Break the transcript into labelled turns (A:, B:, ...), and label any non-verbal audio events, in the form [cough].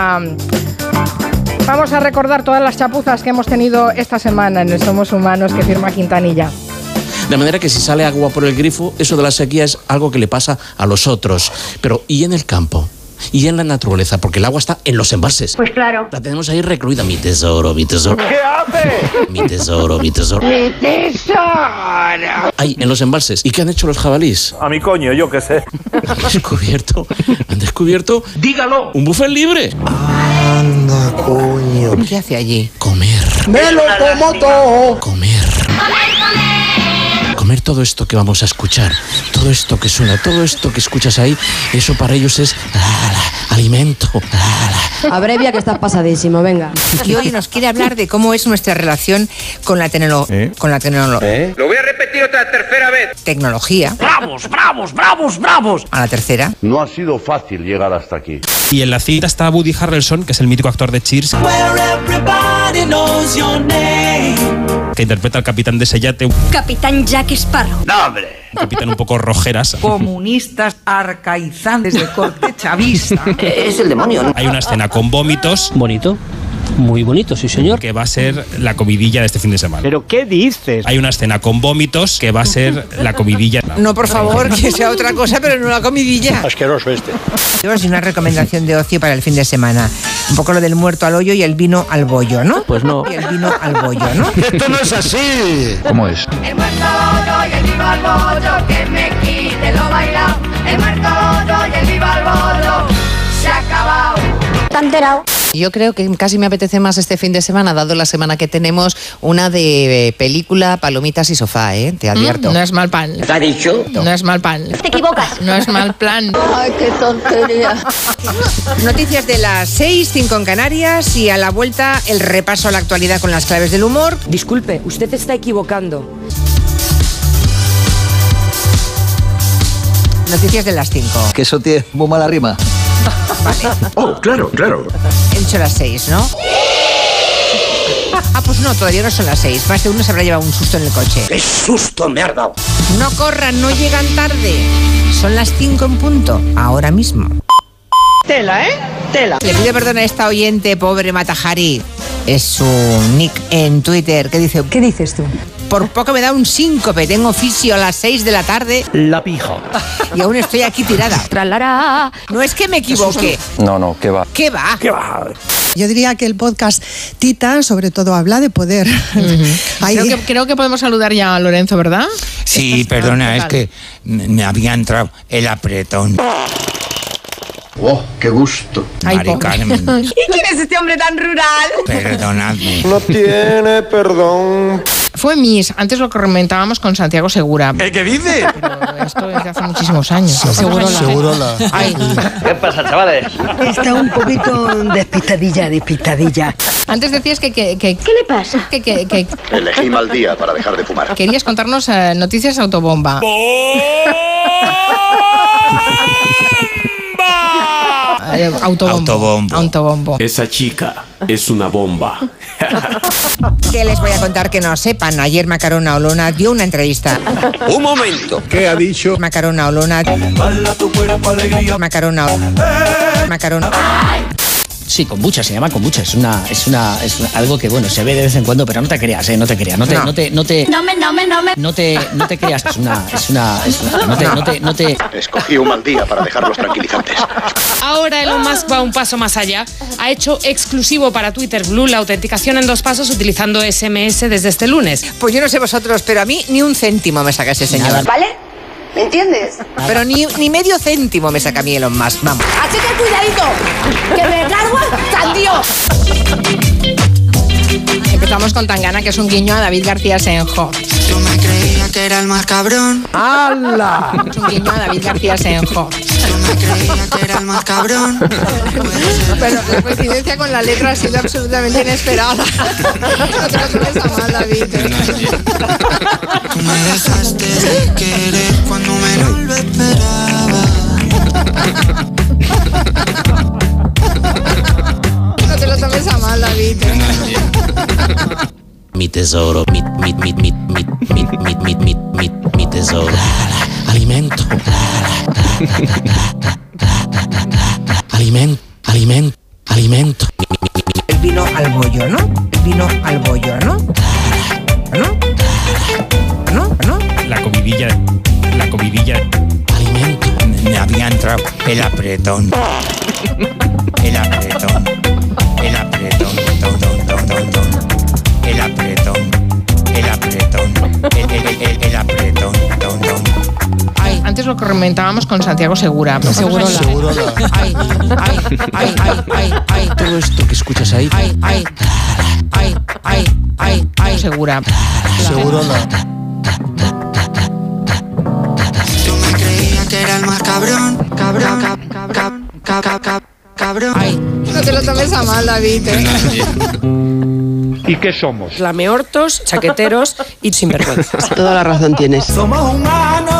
A: Um, vamos a recordar todas las chapuzas que hemos tenido esta semana en el Somos Humanos que firma Quintanilla.
B: De manera que si sale agua por el grifo, eso de la sequía es algo que le pasa a los otros. Pero ¿y en el campo? Y en la naturaleza, porque el agua está en los embalses.
C: Pues claro.
B: La tenemos ahí recluida. Mi tesoro, mi tesoro.
D: ¿Qué hace?
B: Mi tesoro, mi tesoro.
C: ¡Mi tesoro!
B: Ahí, en los embalses. ¿Y qué han hecho los jabalís?
D: A mi coño, yo qué sé.
B: Han descubierto, han descubierto
D: Dígalo.
B: un buffet libre.
E: Anda, coño.
F: ¿Qué hace allí?
B: Comer,
E: Me lo como todo.
B: comer. Comer todo esto que vamos a escuchar, todo esto que suena, todo esto que escuchas ahí, eso para ellos es ah, alimento. ah,
G: Abrevia que estás pasadísimo, venga.
F: Y hoy nos quiere hablar de cómo es nuestra relación con la, tecno-
E: ¿Eh?
F: con la tecno-
H: Lo voy a repetir otra tercera vez.
F: tecnología. ¡Bravos, bravos, bravos, bravos! A la tercera.
I: No ha sido fácil llegar hasta aquí.
J: Y en la cita está Woody Harrelson, que es el mítico actor de Cheers, que interpreta al capitán de ese yate, un
C: Capitán Jack Sparrow.
J: capitán un poco rojeras.
H: Comunistas arcaizantes de corte chavista.
F: Es el demonio.
J: Hay una escena con vómitos.
H: Bonito. Muy bonito, sí, señor.
J: Que va a ser la comidilla de este fin de semana.
H: ¿Pero qué dices?
J: Hay una escena con vómitos que va a ser la comidilla.
F: No, por favor, que sea otra cosa, pero no una comidilla.
E: Asqueroso este.
F: Yo así una recomendación de ocio para el fin de semana. Un poco lo del muerto al hoyo y el vino al bollo, ¿no?
H: Pues no.
F: Y el vino al bollo, ¿no?
E: Esto no es así.
I: ¿Cómo es?
C: ¿Te han enterado?
G: Yo creo que casi me apetece más este fin de semana, dado la semana que tenemos, una de eh, película, palomitas y sofá, ¿eh? Te advierto.
F: Mm, no es mal pan.
H: ¿Te ha dicho?
F: No es mal pan.
C: Te equivocas.
F: No es mal plan.
G: Ay, qué tontería.
F: Noticias de las 6, 5 en Canarias y a la vuelta el repaso a la actualidad con las claves del humor.
G: Disculpe, usted está equivocando.
F: Noticias de las 5.
E: Que eso tiene muy mala rima.
I: [laughs] Oh, claro, claro.
F: He dicho las 6, ¿no? Ah, pues no, todavía no son las 6. Más de uno se habrá llevado un susto en el coche.
H: ¡Qué susto me has dado!
F: No corran, no llegan tarde. Son las 5 en punto, ahora mismo.
H: Tela, ¿eh? Tela.
F: Le pido perdón a esta oyente, pobre Matajari. Es su nick en Twitter, que dice,
G: ¿Qué dices tú?
F: por poco me da un síncope, tengo oficio a las 6 de la tarde
H: La pija.
F: y aún estoy aquí
G: [laughs]
F: tirada.
G: Tralará.
F: No es que me equivoque.
E: No, no, que va.
F: ¿Qué va?
H: ¿Qué va?
G: Yo diría que el podcast Tita, sobre todo, habla de poder. Ahí-
A: Creo que, creo que podemos saludar ya a Lorenzo, ¿verdad?
H: Sí, perdona, es que me había entrado el apretón.
I: Oh, qué gusto.
A: Ay,
H: Mari
A: pobre. [laughs]
H: Carmen,
C: ¿Y quién es este hombre tan rural?
H: perdonadme.
E: No tiene perdón.
A: Fue Miss, antes lo comentábamos con Santiago Segura.
D: ¿Eh,
C: [laughs]
D: ¿Qué dice?
A: Pero esto es de hace muchísimos años.
E: Seguro la.
A: [laughs] Ay,
H: ¿Qué pasa, chavales?
G: Está un poquito despistadilla, despistadilla.
A: antes decías que, que, que-
C: ¿Qué le pasa?
A: que- que- que
I: Elegí mal día para dejar de fumar.
A: querías contarnos eh, noticias autobomba. Eh, autobombo.
H: Autobombo.
A: Autobombo.
J: Esa chica es una bomba.
F: ¿Qué les voy a contar que no sepan? Ayer Macarona Olona dio una entrevista.
H: Un momento.
E: ¿Qué ha dicho?
F: Macarona Olona. Macarona. Macarona.
H: Sí, con muchas, se llama con muchas. Es una, es una, es una- algo que bueno, se ve de vez en cuando, pero no te creas, eh, no te creas, no te,
F: No.
H: no, te, no te,
C: No me, no me, no me.
H: no te, no te creas. Es una, es una, es una- no te, no te, no te.
I: Escogí un mal día para dejar los tranquilizantes.
G: Ahora Elon Musk va un paso más allá. Ha hecho exclusivo para Twitter Blue la autenticación en dos pasos utilizando SMS desde este lunes.
F: Pues yo no sé vosotros, pero a mí ni un céntimo me saca ese señor.
C: ¿Vale? ¿Me entiendes?
F: Pero ni, ni medio céntimo me saca a mí Elon Musk, vamos.
C: Así que cuidadito, que me largo al Dios.
A: Empezamos con Tangana, que es un guiño a David García Senjo.
E: ¡Hala!
A: Es un guiño a David García Senjo. Bueno, la coincidencia con la letra ha sido absolutamente inesperada. Otra cosa está mal, David. No te lo tomes a mal, David.
B: Mi tesoro, mi, mi, mi, mi, mi, mi, mi, mi, mi, mi, mi tesoro. Alimento. Alimento, alimento, alimento, alimento.
F: El vino al bollo, ¿no? El vino al bollo, ¿no? ¿No? ¿No? ¿No?
K: La comidilla, la comidilla.
B: Alimento.
J: Me había entrado el apretón. El apretón. El apretón. Ton, ton, ton, ton, ton. El apretón. El apretón. El, el, el, el, el apretón. Ton, ton.
A: Ay, antes lo comentábamos con Santiago
L: Pues
A: Segura.
G: Pues
B: Segurola.
A: Segurola. Ay, ay, ay, ay, ay, ay.
B: Todo esto que escuchas ahí.
A: Ay, ay, ay, ay, ay, ay. Segura.
M: Segurola.
N: Creía que era el más cabrón, cabrón, cab, cab, cab, cab, cab, cabrón. Ay,
A: No te lo tomes a mal, David. ¿eh?
H: ¿Y qué somos?
L: Lameortos, chaqueteros y sinvergüenzas.
O: Toda la razón tienes.
H: Somos humanos.